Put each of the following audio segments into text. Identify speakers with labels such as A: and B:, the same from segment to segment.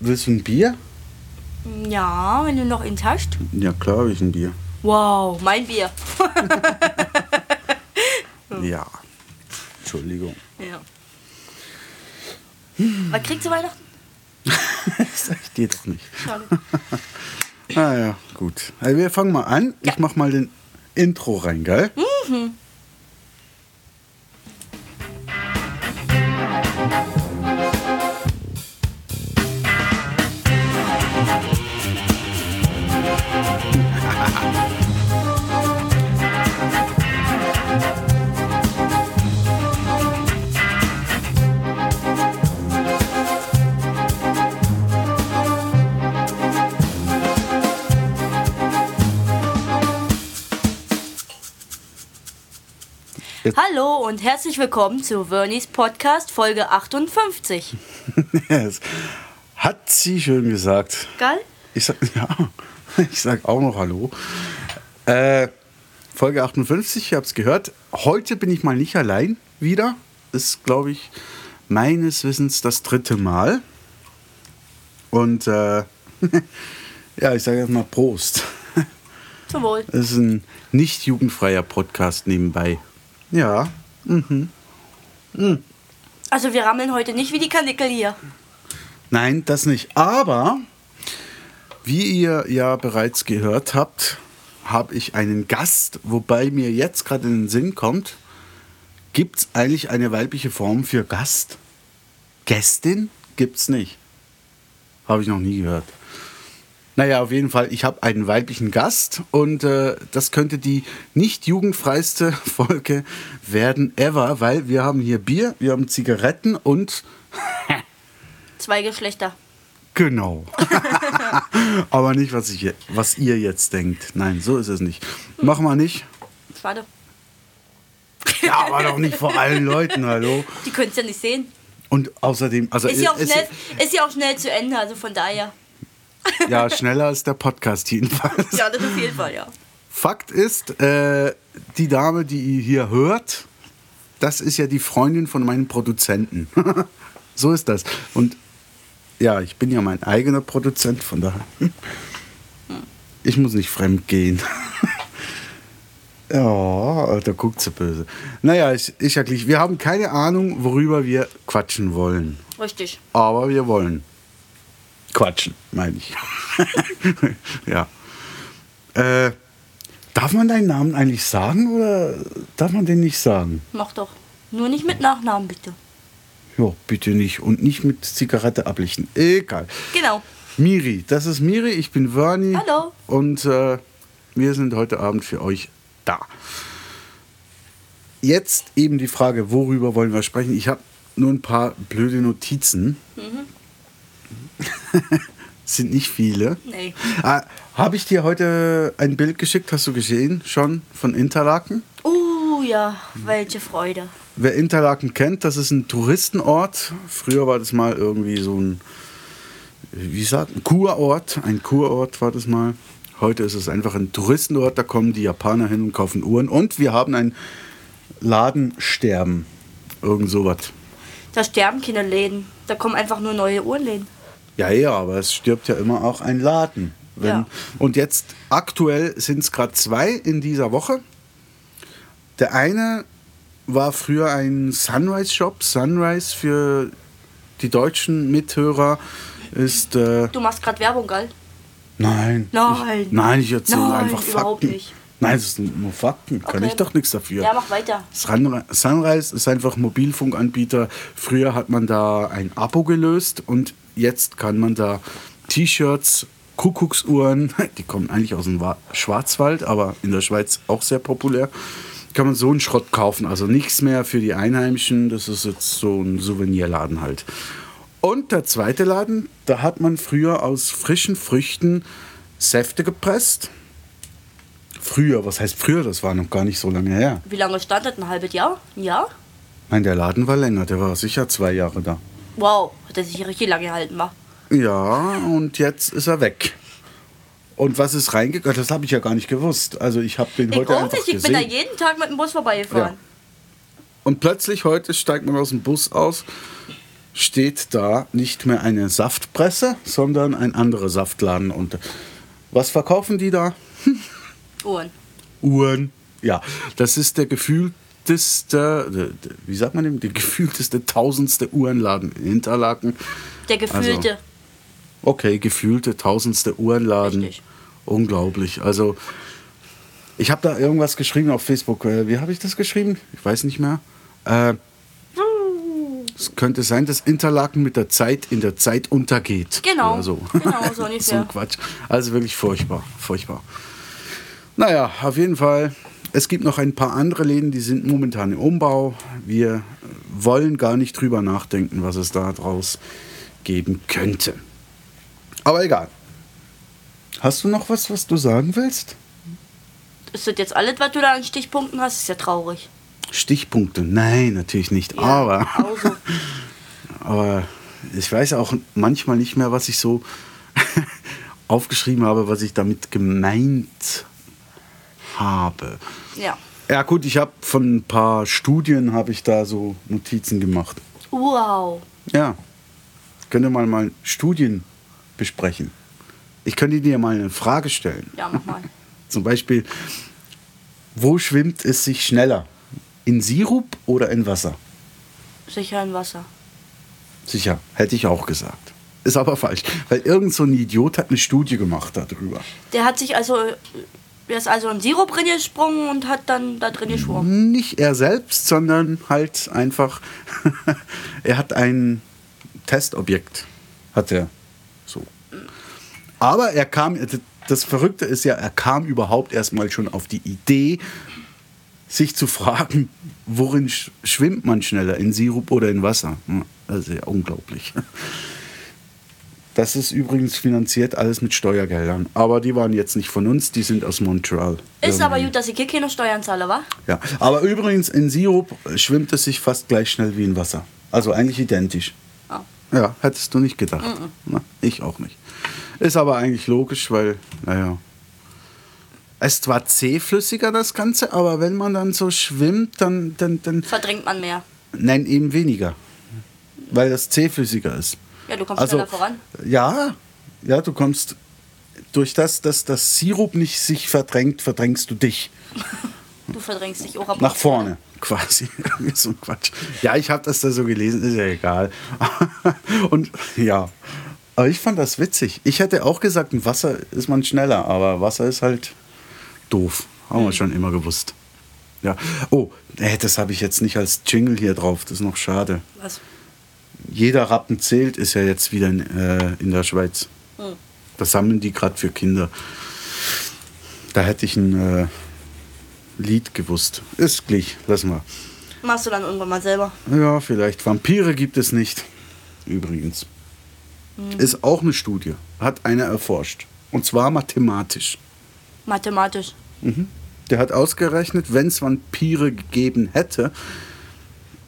A: Willst du ein Bier?
B: Ja, wenn du noch eins hast.
A: Ja, klar habe ich ein Bier.
B: Wow, mein Bier.
A: Ja. Entschuldigung.
B: Ja. Was kriegst du Weihnachten?
A: das sag ich dir doch nicht.
B: Schade.
A: Ah ja, gut. Also wir fangen mal an. Ich mach mal den Intro rein, geil?
B: Hallo und herzlich willkommen zu Vernies Podcast Folge 58.
A: Hm? Yes. Hat sie schön gesagt.
B: Geil?
A: Ich sag, ja, ich sag auch noch Hallo. Äh, Folge 58, ihr habt's gehört. Heute bin ich mal nicht allein wieder. Ist, glaube ich, meines Wissens das dritte Mal. Und äh, ja, ich sage jetzt mal Prost.
B: Zum Wohl.
A: Es ist ein nicht jugendfreier Podcast nebenbei. Ja,
B: Also wir rammeln heute nicht wie die Kanickel hier.
A: Nein, das nicht. Aber wie ihr ja bereits gehört habt, habe ich einen Gast, wobei mir jetzt gerade in den Sinn kommt, gibt es eigentlich eine weibliche Form für Gast? Gästin? Gibt's nicht. Habe ich noch nie gehört. Naja, auf jeden Fall, ich habe einen weiblichen Gast und äh, das könnte die nicht jugendfreiste Folge werden ever, weil wir haben hier Bier, wir haben Zigaretten und
B: Zwei Geschlechter.
A: Genau. Aber nicht, was, ich, je- was ihr jetzt denkt. Nein, so ist es nicht. Mach mal nicht.
B: Schade.
A: Ja, aber doch nicht vor allen Leuten, hallo.
B: Die könnt's ja nicht sehen.
A: Und außerdem, also
B: Ist ja auch
A: es-
B: schnell, ist ja auch schnell zu Ende, also von daher.
A: ja, schneller ist der Podcast jedenfalls.
B: Ja, das auf jeden Fall, ja.
A: Fakt ist, äh, die Dame, die ihr hier hört, das ist ja die Freundin von meinem Produzenten. so ist das. Und ja, ich bin ja mein eigener Produzent, von daher. Ich muss nicht fremd gehen. ja, da guckt sie böse. Naja, ich, ich erkläre, wir haben keine Ahnung, worüber wir quatschen wollen.
B: Richtig.
A: Aber wir wollen quatschen, meine ich. ja. Äh, darf man deinen Namen eigentlich sagen oder darf man den nicht sagen?
B: Mach doch. Nur nicht mit Nachnamen, bitte.
A: Ja, bitte nicht. Und nicht mit Zigarette ablichten. Egal.
B: Genau.
A: Miri, das ist Miri, ich bin Verni.
B: Hallo.
A: Und äh, wir sind heute Abend für euch da. Jetzt eben die Frage, worüber wollen wir sprechen? Ich habe nur ein paar blöde Notizen. sind nicht viele.
B: Mhm. Nee.
A: Ah, habe ich dir heute ein Bild geschickt, hast du gesehen schon, von Interlaken?
B: Uh, ja, welche Freude.
A: Wer Interlaken kennt, das ist ein Touristenort. Früher war das mal irgendwie so ein, wie sagt, ein Kurort. Ein Kurort war das mal. Heute ist es einfach ein Touristenort. Da kommen die Japaner hin und kaufen Uhren. Und wir haben ein Ladensterben. Irgend sowas.
B: Da sterben keine Läden. Da kommen einfach nur neue Uhrenläden.
A: Ja, ja, aber es stirbt ja immer auch ein Laden. Wenn,
B: Ja.
A: Und jetzt aktuell sind es gerade zwei in dieser Woche. Der eine war früher ein Sunrise-Shop. Sunrise für die deutschen Mithörer ist. Äh,
B: Du machst gerade Werbung, gell?
A: nein.
B: Nein.
A: Ich, nein, ich erzähle
B: Nein,
A: einfach Fakten.
B: überhaupt nicht.
A: Nein, es sind nur Fakten. Kann
B: Okay.
A: ich doch nichts dafür.
B: Ja, mach weiter.
A: Sunri- Sunrise ist einfach Mobilfunkanbieter. Früher hat man da ein Abo gelöst und jetzt kann man da T-Shirts, Kuckucksuhren, die kommen eigentlich aus dem Wa- Schwarzwald, aber in der Schweiz auch sehr populär, kann man so einen Schrott kaufen. Also nichts mehr für die Einheimischen, das ist jetzt so ein Souvenirladen halt. Und der zweite Laden, da hat man früher aus frischen Früchten Säfte gepresst. Früher, was heißt früher? Das war noch gar nicht so lange her.
B: Wie lange stand das? Ein halbes Jahr? Ein Jahr?
A: Nein, der Laden war länger, der war sicher zwei Jahre da.
B: Wow, hat er sich richtig lange gehalten, wa?
A: Ja, und jetzt ist er weg. Und was ist reingegangen? Das habe ich ja gar nicht gewusst. Also ich habe den
B: Ich
A: heute
B: auch
A: einfach
B: nicht, ich bin da
A: gesehen.
B: jeden Tag mit dem Bus vorbeigefahren.
A: und plötzlich heute steigt man aus dem Bus aus steht da nicht mehr eine Saftpresse, sondern ein anderer Saftladen. Und was verkaufen die da?
B: Uhren.
A: Uhren. Ja, das ist der gefühlteste, wie sagt man dem, der gefühlteste tausendste Uhrenladen in Hinterlaken.
B: Der
A: Also.
B: gefühlte.
A: Okay, gefühlte tausendste Uhrenladen.
B: Richtig.
A: Unglaublich. Also, ich habe da irgendwas geschrieben auf Facebook. Äh, Wie habe ich das geschrieben? Ich weiß nicht mehr. Äh, es könnte sein, dass Interlaken mit der Zeit in der Zeit untergeht.
B: Genau,
A: Oder so.
B: genau, so
A: so
B: ungefähr.
A: ein Quatsch. Also wirklich furchtbar, furchtbar. Naja, auf jeden Fall. Es gibt noch ein paar andere Läden, die sind momentan im Umbau. Wir wollen gar nicht drüber nachdenken, was es da draus geben könnte. Aber egal. Hast du noch was, was du sagen willst?
B: Ist das jetzt alles, was du da an Stichpunkten hast? Ist ja traurig.
A: Stichpunkte? Nein, natürlich nicht.
B: Ja,
A: aber,
B: Also,
A: aber ich weiß auch manchmal nicht mehr, was ich so aufgeschrieben habe, was ich damit gemeint habe.
B: ja.
A: Ja gut, ich habe von ein paar Studien habe ich da so Notizen gemacht.
B: Wow.
A: Ja, könnte man mal Studien besprechen. Ich könnte dir mal eine Frage stellen.
B: Ja, mach mal.
A: Zum Beispiel, wo schwimmt es sich schneller? In Sirup oder in Wasser?
B: Sicher in Wasser.
A: Sicher, hätte ich auch gesagt. Ist aber falsch, weil irgend so ein Idiot hat eine Studie gemacht darüber.
B: Der hat sich also. Der ist also in Sirup drin gesprungen und hat dann da drin geschwommen.
A: Nicht er selbst, sondern halt einfach, er hat ein Testobjekt, hat er so. Aber er kam, das Verrückte ist ja, er kam überhaupt erstmal schon auf die Idee, sich zu fragen, worin sch schwimmt man schneller, in Sirup oder in Wasser? Hm, Das ist ja unglaublich. Das ist übrigens finanziert alles mit Steuergeldern. Aber die waren jetzt nicht von uns, die sind aus Montreal.
B: Ist aber
A: Irgendwie.
B: gut, dass ich hier keine Steuern zahle, wa?
A: Ja, aber übrigens in Sirup schwimmt es sich fast gleich schnell wie in Wasser. Also eigentlich identisch.
B: Ah.
A: Ja, hättest du nicht gedacht. Na, ich auch nicht. Ist aber eigentlich logisch, weil, naja. Es ist zwar zähflüssiger das Ganze, aber wenn man dann so schwimmt, dann, dann, dann
B: Verdrängt man mehr.
A: nein, eben weniger. Weil das zähflüssiger ist. Also,
B: Ja, du kommst schneller voran.
A: Ja, ja, du kommst durch das, dass das Sirup nicht sich verdrängt, verdrängst du dich.
B: Du verdrängst dich auch ab.
A: Nach vorne, quasi. Irgendwie so ein Quatsch. Ja, ich habe das da so gelesen, ist ja egal. Und ja, aber ich fand das witzig. Ich hätte auch gesagt, im Wasser ist man schneller, aber Wasser ist halt doof. Haben wir schon immer gewusst. Ja. Oh, äh, das habe ich jetzt nicht als Jingle hier drauf, das ist noch schade.
B: Was?
A: Jeder Rappen zählt ist ja jetzt wieder in, äh, in der Schweiz.
B: Hm.
A: Das sammeln die gerade für Kinder. Da hätte ich ein äh, Lied gewusst. Ist gleich, lass mal.
B: Machst du dann irgendwann mal selber.
A: Ja, vielleicht. Vampire gibt es nicht. Übrigens. Ist auch eine Studie. Hat einer erforscht. Und zwar mathematisch.
B: Mathematisch.
A: Der hat ausgerechnet, wenn es Vampire gegeben hätte,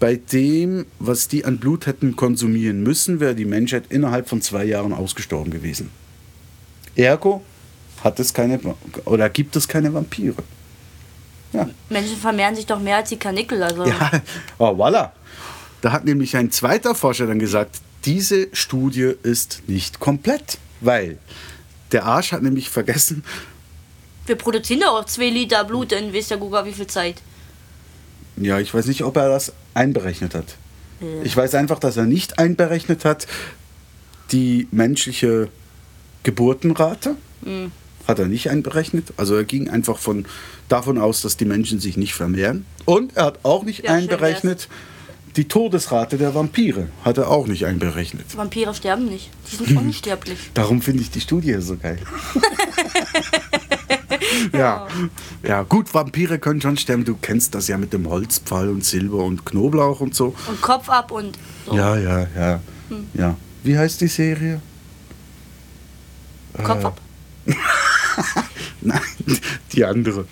A: bei dem, was die an Blut hätten konsumieren müssen, wäre die Menschheit innerhalb von zwei Jahren ausgestorben gewesen. Ergo hat es keine oder gibt es keine Vampire. Ja.
B: Menschen vermehren sich doch mehr als die Karnickel, also.
A: Ja, oh, voilà. Da hat nämlich ein zweiter Forscher dann gesagt, diese Studie ist nicht komplett, weil der Arsch hat nämlich vergessen,
B: Wir produzieren doch auch zwei Liter Blut in weiß der Guga wie viel Zeit.
A: ja, ich weiß nicht, ob er das einberechnet hat. Ich weiß einfach, dass er nicht einberechnet hat, die menschliche Geburtenrate hat er nicht einberechnet. Also er ging einfach von, davon aus, dass die Menschen sich nicht vermehren. Und er hat auch nicht
B: Ja, schön wär's.
A: einberechnet, die Todesrate der Vampire hat er auch nicht einberechnet.
B: Vampire sterben nicht. Die sind unsterblich.
A: Darum finde ich die Studie so geil. ja.
B: Genau.
A: ja, gut, Vampire können schon sterben. Du kennst das ja mit dem Holzpfahl und Silber und Knoblauch und so.
B: Und Kopf ab und. So.
A: Ja, ja, ja.
B: Hm.
A: ja. Wie heißt die Serie?
B: Kopf ab.
A: Nein, die andere.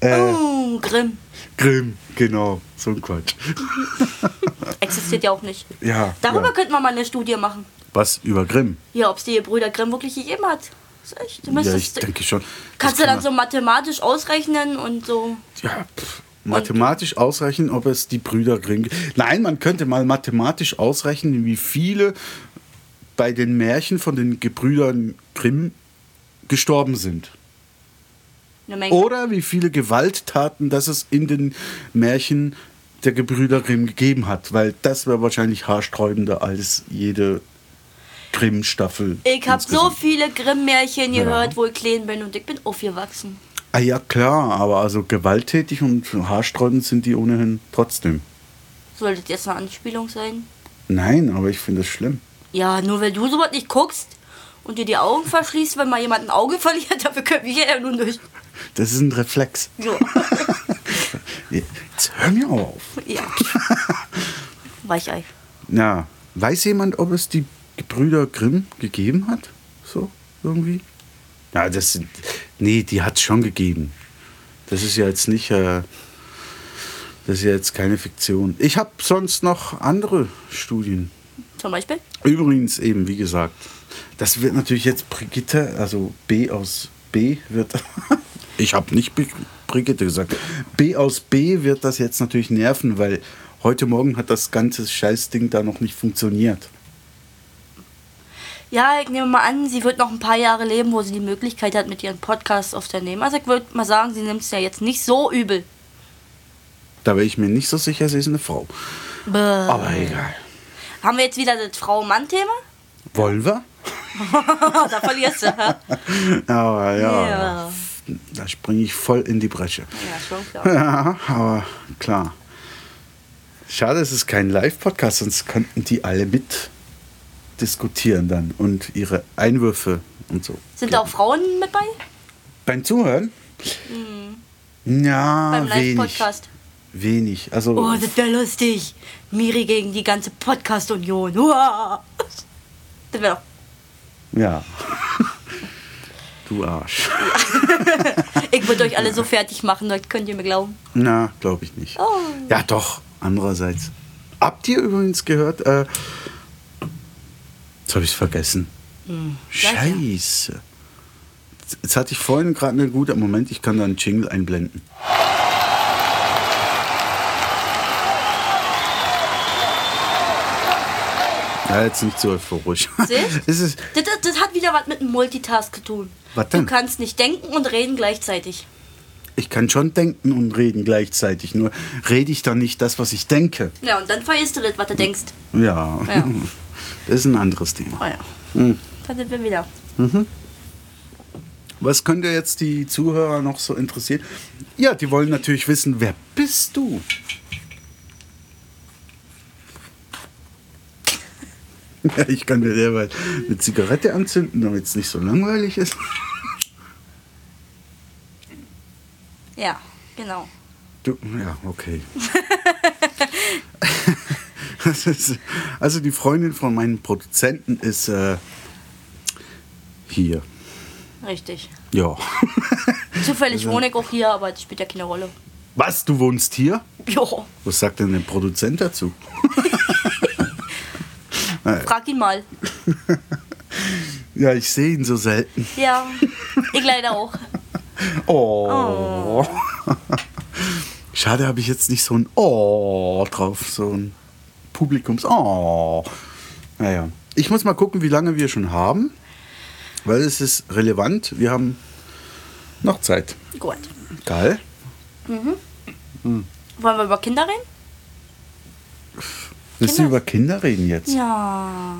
A: Äh.
B: Oh, Grimm.
A: Grimm, genau. So ein Quatsch.
B: Existiert ja auch nicht.
A: Ja.
B: Darüber
A: ja.
B: könnten wir mal eine Studie machen.
A: Was über Grimm?
B: Ja, ob es die Brüder Grimm wirklich gegeben hat. Das ist echt. Du
A: Ja, ich
B: müsstest,
A: denke schon. Das
B: kannst du
A: kann
B: dann so mathematisch ausrechnen und so.
A: man- Ja, pff, Mathematisch ausrechnen, ob es die Brüder Grimm. Nein, man könnte mal mathematisch ausrechnen, wie viele bei den Märchen von den Gebrüdern Grimm gestorben sind.
B: Eine Menge.
A: Oder wie viele Gewalttaten, das es in den Märchen der Gebrüder Grimm gegeben hat, weil das wäre wahrscheinlich haarsträubender als jede Grimm-Staffel.
B: Ich habe so
A: insgesamt.
B: viele Grimm-Märchen
A: Ja.
B: gehört, wo ich klein bin und ich bin aufgewachsen.
A: Ah ja, klar, aber also gewalttätig und haarsträubend sind die ohnehin trotzdem.
B: Soll das jetzt eine Anspielung sein?
A: Nein, aber ich finde es schlimm.
B: Ja, nur weil du sowas nicht guckst und dir die Augen verschließt, wenn mal jemand ein Auge verliert, dafür können wir ja nun nicht.
A: Das ist ein Reflex.
B: So,
A: Jetzt hör mir auch auf.
B: ja. Weichei.
A: Ja, weiß jemand, ob es die Gebrüder Grimm gegeben hat? So, irgendwie? Ja, das sind. Nee, die hat es schon gegeben. Das ist ja jetzt nicht. Äh, das ist ja jetzt keine Fiktion. Ich habe sonst noch andere Studien.
B: Zum Beispiel?
A: Übrigens eben, wie gesagt, das wird natürlich jetzt Brigitte, also B aus B wird. ich habe nicht Bri- Brigitte gesagt. B aus B wird das jetzt natürlich nerven, weil heute Morgen hat das ganze Scheißding da noch nicht funktioniert.
B: Ja, ich nehme mal an, sie wird noch ein paar Jahre leben, wo sie die Möglichkeit hat, mit ihren Podcasts aufzunehmen. Also ich würde mal sagen, sie nimmt es ja jetzt nicht so übel.
A: Da wäre ich mir nicht so sicher, sie ist eine Frau.
B: Bäh.
A: Aber egal.
B: Haben wir jetzt wieder das Frau-Mann-Thema?
A: Wollen wir?
B: da verlierst du. hä?
A: Aber ja,
B: Ja.
A: da springe ich voll in die Bresche.
B: Ja, schon klar.
A: Ja, aber klar. Schade, es ist kein Live-Podcast, sonst könnten die alle mit diskutieren dann und ihre Einwürfe und so.
B: Sind da auch Frauen mit bei?
A: Beim Zuhören? Ja,
B: Hm. Beim
A: wenig.
B: Live-Podcast?
A: Wenig. Also
B: Oh, das wäre lustig. Miri gegen die ganze Podcast-Union. Uah. Das wäre
A: ja. du Arsch.
B: doch. Ich würde euch alle so fertig machen, das könnt ihr mir glauben.
A: Na, glaube ich nicht.
B: Oh.
A: Ja, doch. Andererseits. Habt ihr übrigens gehört? Äh, jetzt habe ich es vergessen.
B: Hm,
A: Scheiße. Jetzt- Jetzt hatte ich vorhin gerade eine gute. Moment, ich kann da einen Jingle einblenden. Ja, jetzt nicht so euphorisch.
B: Siehst?
A: Es ist,
B: Das, das, das hat wieder was mit dem Multitask zu tun.
A: Was
B: du
A: denn?
B: kannst nicht denken und reden gleichzeitig.
A: ich kann schon denken und reden gleichzeitig, nur rede ich dann nicht das, was ich denke.
B: Ja, und dann vergisst du das, was du denkst.
A: Ja,
B: Ja.
A: das ist ein anderes Thema.
B: Oh ja.
A: Hm.
B: Dann sind wir wieder.
A: Was könnte jetzt die Zuhörer noch so interessieren? Ja, die wollen natürlich wissen, wer bist du? Ja, ich kann mir derweil eine Zigarette anzünden, damit es nicht so langweilig ist.
B: Ja, genau.
A: Du, ja, okay. Das ist, also die Freundin von meinem Produzenten ist äh, hier.
B: Richtig.
A: Ja. Also-
B: Zufällig wohne ich auch hier, aber das spielt ja keine Rolle.
A: Was, du wohnst hier?
B: Jo,
A: Was sagt denn der Produzent dazu?
B: frag ihn mal.
A: Ja, ich sehe ihn so selten.
B: Ja, ich leider auch.
A: Oh. Schade, habe ich jetzt nicht so ein Oh drauf, so ein Publikums Oh. Naja, ich muss mal gucken, wie lange wir schon haben, weil es ist relevant. Wir haben noch Zeit.
B: Gut.
A: Geil.
B: Wollen wir über Kinder reden?
A: Willst
B: Kinder-
A: du über Kinder reden jetzt?
B: Ja.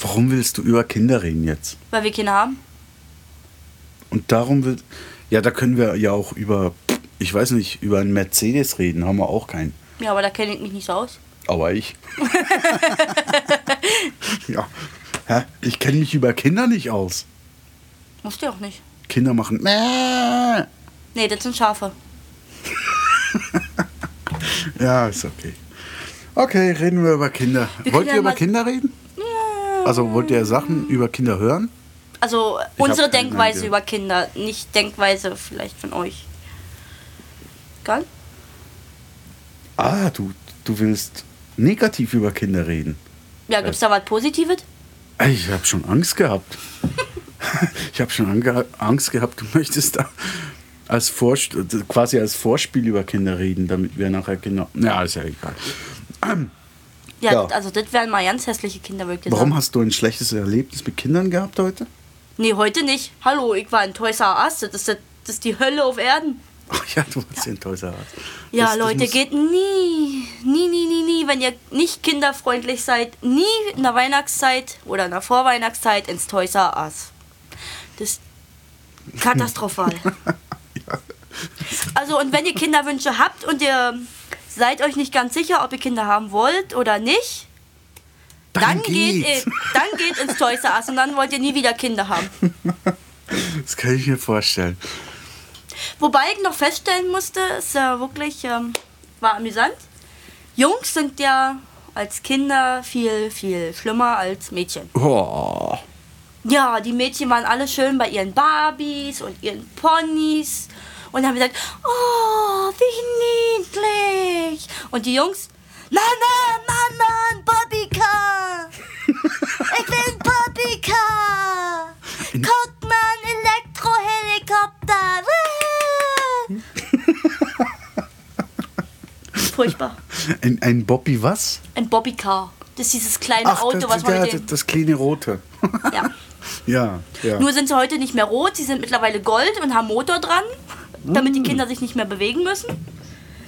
A: Warum willst du über Kinder reden jetzt?
B: Weil wir Kinder haben?
A: Und darum will. Ja, da können wir ja auch über, ich weiß nicht, über einen Mercedes reden. Haben wir auch keinen.
B: Ja, aber da kenne ich mich nicht so aus.
A: Aber ich. ja. Hä? Ich kenne mich über Kinder nicht aus.
B: Musst du auch nicht.
A: Kinder machen. Mäh.
B: Nee, das sind Schafe.
A: Ja, ist okay. Okay, reden wir über Kinder.
B: Wir
A: wollt
B: können
A: ihr
B: ja
A: über
B: mal-
A: Kinder reden? Also wollt ihr Sachen über Kinder hören?
B: Also
A: Ich
B: unsere
A: hab keine
B: Denkweise
A: Idee.
B: über Kinder, nicht Denkweise vielleicht von euch. Geil?
A: Ah, du, du willst negativ über Kinder reden.
B: Ja, gibt's da was Positives?
A: Ey, Ich habe schon Angst gehabt. ich habe schon ange Angst gehabt, du möchtest da als Vorst quasi als Vorspiel über Kinder reden, damit wir nachher Kinder. Ja, ist ja egal.
B: Ja,
A: Ja.
B: also das wären mal ganz hässliche Kinder, wirklich.
A: Warum hast du ein schlechtes Erlebnis mit Kindern gehabt heute?
B: Nee, heute nicht. Hallo, ich war in Toys R Us. Das ist, das ist die Hölle auf Erden.
A: Ach ja, du warst ja ein teurer Arzt.
B: Ja,
A: Das- das
B: Leute,
A: muss-
B: geht nie, nie, nie, nie, nie, wenn ihr nicht kinderfreundlich seid, nie in der Weihnachtszeit oder in der Vorweihnachtszeit ins Toys R Us. Das ist katastrophal. Also, und wenn ihr Kinderwünsche habt und ihr seid euch nicht ganz sicher, ob ihr Kinder haben wollt oder nicht,
A: Dann
B: dann, geht,
A: geht's.
B: ihr, dann geht ins Toys R Us und dann wollt ihr nie wieder Kinder haben.
A: Das kann ich mir vorstellen.
B: Wobei ich noch feststellen musste, ist ja wirklich, ähm, war amüsant. Jungs sind ja als Kinder viel, viel schlimmer als Mädchen.
A: Oh,
B: Ja, die Mädchen waren alle schön bei ihren Barbies und ihren Ponys und haben gesagt, oh, wie niedlich. Und die Jungs, na, na, na, na, ein Bobbycar. Ich will ein Bobbycar. Guck mal, ein Elektrohelikopter. Woo! Furchtbar.
A: ein, ein Bobby was?
B: Ein Bobbycar. Das ist dieses kleine Auto,
A: das,
B: was man
A: ja,
B: mit
A: das,
B: dem...
A: das kleine Rote.
B: Ja.
A: ja, ja.
B: Nur sind sie heute nicht mehr rot, sie sind mittlerweile gold und haben Motor dran, damit
A: Mm.
B: die Kinder sich nicht mehr bewegen müssen.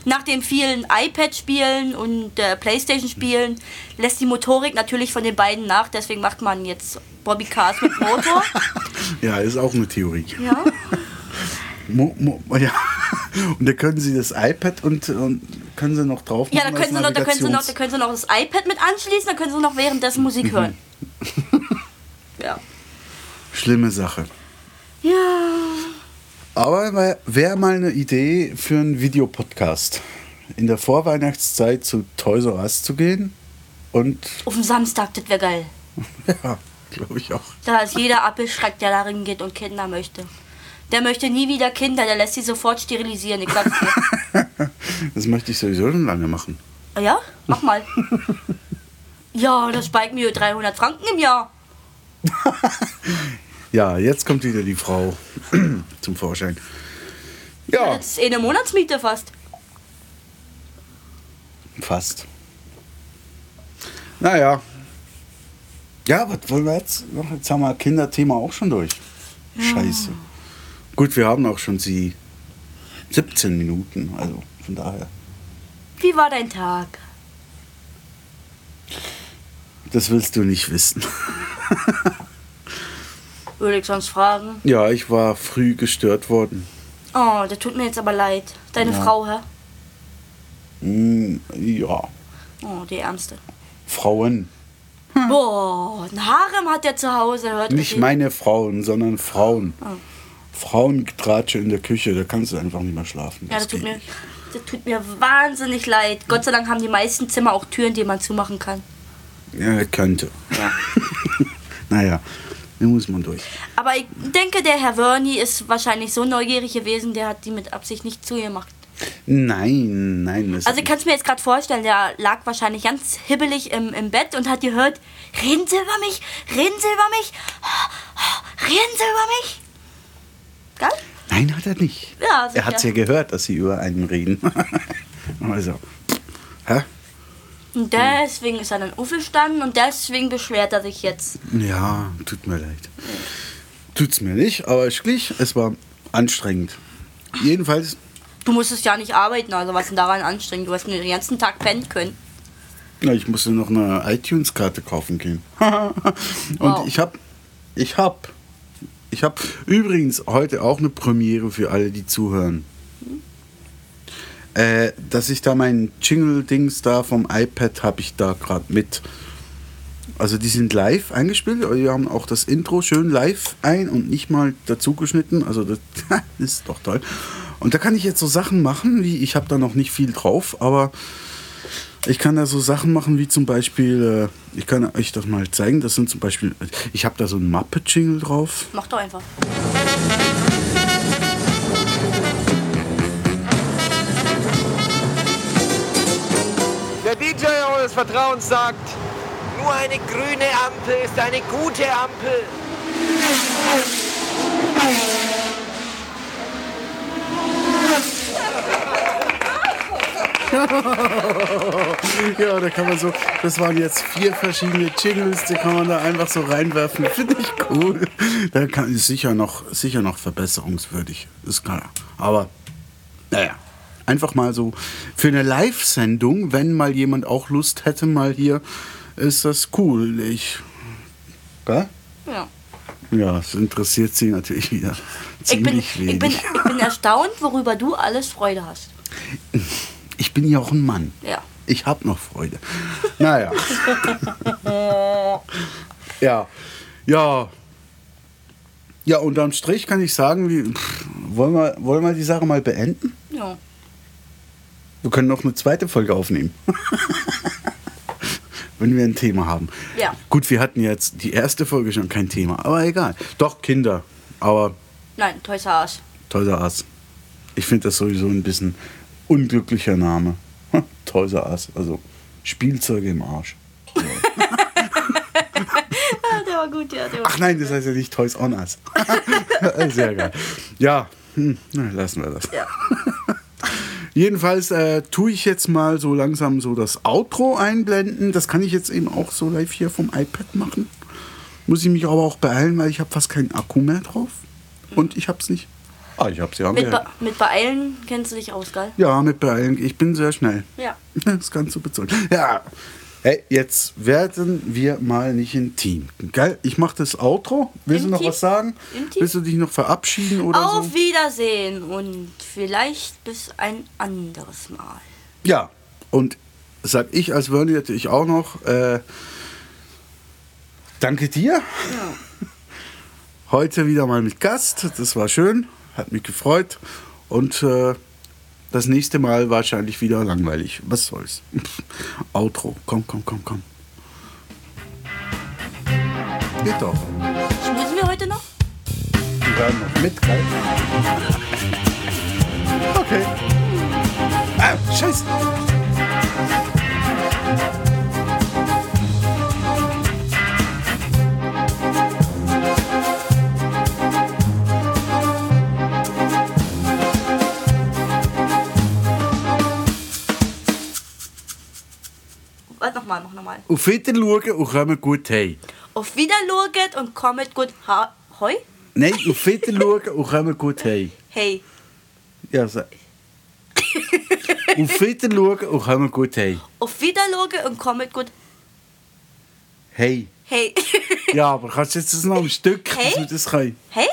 B: Nach den vielen iPad-Spielen und äh, Playstation-Spielen lässt die Motorik natürlich von den beiden nach, deswegen macht man jetzt Bobby Cars mit Motor.
A: ja, ist auch eine Theorie.
B: ja.
A: Mo, mo, ja. Und da können Sie das iPad und, und können Sie noch drauf
B: ja, da
A: machen
B: können, sie
A: als
B: noch, da, können sie noch, da
A: Navigations- Mhm.
B: können sie noch das iPad mit anschließen, da können sie noch währenddessen Musik hören. ja.
A: Schlimme Sache.
B: Ja.
A: Aber wäre mal eine Idee für einen Videopodcast. In der Vorweihnachtszeit zu Toys R Us zu gehen und
B: Auf dem Samstag, das wäre geil.
A: ja, glaube ich auch.
B: Da ist jeder abgeschreckt, der darin geht und Kinder möchte. Der möchte nie wieder Kinder, der lässt sie sofort sterilisieren. Ich sag's dir.
A: Das möchte ich sowieso schon lange machen.
B: Ah ja? Mach mal. Ja, das spart mir 300 Franken im Jahr.
A: Ja, jetzt kommt wieder die Frau zum Vorschein. Ja,
B: Das ist eh eine Monatsmiete fast.
A: fast. Naja. Ja, was wollen wir jetzt? noch? Jetzt haben wir Kinderthema auch schon durch. Scheiße. Gut, wir haben auch schon sie 17 Minuten, also von daher.
B: Wie war dein Tag?
A: Das willst du nicht wissen.
B: Würde ich sonst fragen.
A: Ja, ich war früh gestört worden.
B: Oh, das tut mir jetzt aber leid. Deine
A: Ja.
B: Frau, hä?
A: Hm, ja,
B: Oh, die Ärmste.
A: Frauen.
B: Boah, ein Harem hat der zu Hause. Hört
A: Hm. Nicht
B: ihr-
A: meine Frauen, sondern Frauen.
B: Ah.
A: Frauengetratsche in der Küche, da kannst du einfach nicht mehr schlafen.
B: Ja, das tut,
A: geht
B: mir,
A: nicht.
B: das tut mir wahnsinnig leid. Gott sei Dank haben die meisten Zimmer auch Türen, die man zumachen kann.
A: Ja, könnte.
B: Ja.
A: naja, da muss man durch.
B: Aber ich denke, der Herr Wernie ist wahrscheinlich so neugierig gewesen, der hat die mit Absicht nicht zugemacht.
A: Nein, nein. das-
B: Also ich kann es mir jetzt gerade vorstellen, der lag wahrscheinlich ganz hibbelig im, im Bett und hat gehört, reden Sie über mich, reden Sie über mich, reden Sie über mich. Gell?
A: nein, hat er nicht.
B: Ja, sicher.
A: er hat es ja gehört, dass sie über einen reden. also, hä? Hm.
B: Und deswegen ist er dann aufgestanden und deswegen beschwert er sich jetzt.
A: Ja, tut mir leid. Tut's mir nicht, aber ich glich, es war anstrengend. Jedenfalls,
B: Du musstest ja nicht arbeiten, also was ist denn daran anstrengend? Du hast nur den ganzen Tag pennen können.
A: ja, ich musste noch eine iTunes-Karte kaufen gehen. Und
B: Wow.
A: ich hab, ich hab, ich hab übrigens heute auch eine Premiere für alle, die zuhören. Äh, dass ich da mein Jingle-Dings da vom iPad habe ich da gerade mit. Also die sind live eingespielt, aber wir haben auch das Intro schön live ein und nicht mal dazu geschnitten. Also das ist doch toll. Und da kann ich jetzt so Sachen machen, wie ich habe da noch nicht viel drauf, aber ich kann da so Sachen machen, wie zum Beispiel, äh, ich kann euch das mal zeigen. Das sind zum Beispiel, ich habe da so einen Muppet-Jingle drauf.
B: Mach doch einfach.
C: Der DJ eures Vertrauens sagt, nur eine grüne Ampel ist eine gute Ampel.
A: Ja, da kann man so, das waren jetzt vier verschiedene Jingles, die kann man da einfach so reinwerfen. Finde ich cool. Da kann ist sicher noch, sicher noch verbesserungswürdig, ist klar. Aber naja, einfach mal so für eine Live-Sendung, wenn mal jemand auch Lust hätte, mal hier, ist das cool. Ich, gell?
B: Ja.
A: ja, es interessiert sie natürlich wieder
B: Ich bin,
A: ziemlich
B: ich, bin,
A: wenig.
B: ich bin erstaunt, worüber du alles Freude hast.
A: Ich bin ja auch ein Mann.
B: Ja.
A: Ich hab noch Freude. Naja. ja. Ja. Ja, unterm Strich kann ich sagen, wie, pff, wollen, wir, wollen wir die Sache mal beenden?
B: Ja.
A: Wir können noch eine zweite Folge aufnehmen. Wenn wir ein Thema haben.
B: Ja.
A: Gut, wir hatten jetzt die erste Folge schon kein Thema, aber egal. Doch, Kinder. Aber
B: Nein, Toys R Us.
A: Toyser Ass. Ich finde das sowieso ein bisschen unglücklicher Name. Toyser Ass, also Spielzeuge im Arsch.
B: Ja, der war gut, ja, der war
A: Ach nein, das heißt ja nicht Toys on Us. Sehr geil. Ja, hm, na, lassen wir das.
B: Ja.
A: Jedenfalls äh, tue ich jetzt mal so langsam so das Outro einblenden. Das kann ich jetzt eben auch so live hier vom iPad machen. Muss ich mich aber auch beeilen, weil ich habe fast keinen Akku mehr drauf. Und ich hab's nicht. Ah, ich hab's ja.
B: Mit,
A: angehört.
B: Be mit Beeilen kennst du dich aus, gell?
A: Ja, mit beeilen. Ich bin sehr schnell.
B: Ja.
A: Das kannst du bezeugen. Ja. Hey, jetzt werden wir mal nicht intim. Geil, ich mache das Outro. Willst du noch
B: Intim?
A: was sagen?
B: Intim?
A: Willst du dich noch verabschieden oder
B: Auf
A: so?
B: Wiedersehen und vielleicht bis ein anderes Mal.
A: Ja. Und sag ich als Wörni natürlich auch noch, äh, danke dir. Heute wieder mal mit Gast. Das war schön. Hat mich gefreut. Und äh, das nächste Mal wahrscheinlich wieder langweilig. Was soll's? Outro. Komm, komm, komm, komm. Geht doch.
B: Schmusen wir heute noch?
A: Die hören noch mit, gell? Okay. Ah, scheiße.
B: Warte nochmal, mach nochmal.
A: Auf Wiedersehen schauen und kommen gut heim.
B: Auf Wiedersehen und kommet gut ha Hoi?
A: Nein, auf Wiedersehen schauen und kommen gut heim.
B: Hey.
A: Ja, so. auf Wiedersehen schauen und kommen gut heim.
B: Auf Wiedersehen und kommet gut
A: Hey.
B: Hey.
A: Ja, aber kannst du jetzt das noch ein Stück, dass
B: Hey?
A: wir das können?
B: hey?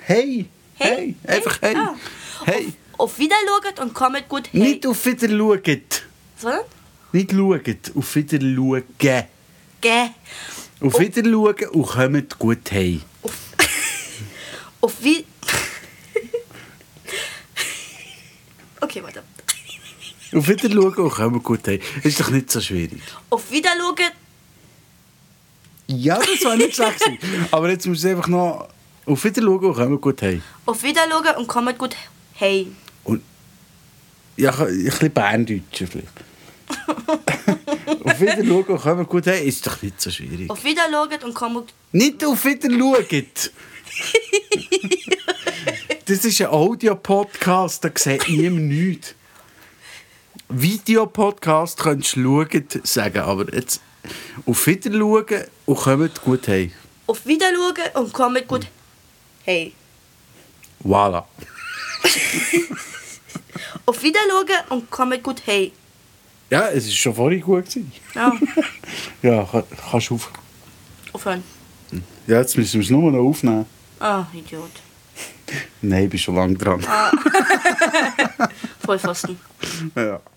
A: Hey.
B: Hey?
A: Einfach hey.
B: Ah.
A: Hey.
B: Auf Wiedersehen und kommet gut Hey.
A: Nicht auf Wiedersehen schauen.
B: Sondern?
A: Nicht schauen, auf Wiedersehen schauen.
B: Gäh.
A: Auf Wiedersehen schauen und kommt gut heim.
B: Auf wie. okay, warte.
A: Auf Wiedersehen schauen und kommt gut heim. Ist doch nicht so schwierig.
B: Auf Wiedersehen.
A: Ja, das war nicht schlecht. gewesen. Aber jetzt musst du einfach noch auf Wiedersehen schauen und kommt gut heim.
B: Auf Wiedersehen und kommet gut Hey.
A: Und ja, ein bisschen Berndeutscher vielleicht. auf Wiedersehen schauen und kommt gut heim. Ist doch nicht so schwierig.
B: Auf Wiedersehen und kommet.
A: Nicht auf Wiedersehen schauen. Das ist ein Audio-Podcast, da sieht niemand nichts. Videopodcast könntest du schauen sagen, aber jetzt auf Wiedersehen schauen und kommt gut heim.
B: Auf Wiedersehen und kommet gut Hey.
A: Voilà.
B: Auf Wiedersehen und kommet gut Hey.
A: Ja, es war schon vorhin gut. Gewesen.
B: Ja,
A: Ja, ka- kannst du auf.
B: aufhören.
A: Ja, jetzt müssen wir es nur noch aufnehmen.
B: Ah, Idiot.
A: Nein, ich bin schon lange dran.
B: Vollpfosten.
A: Ja.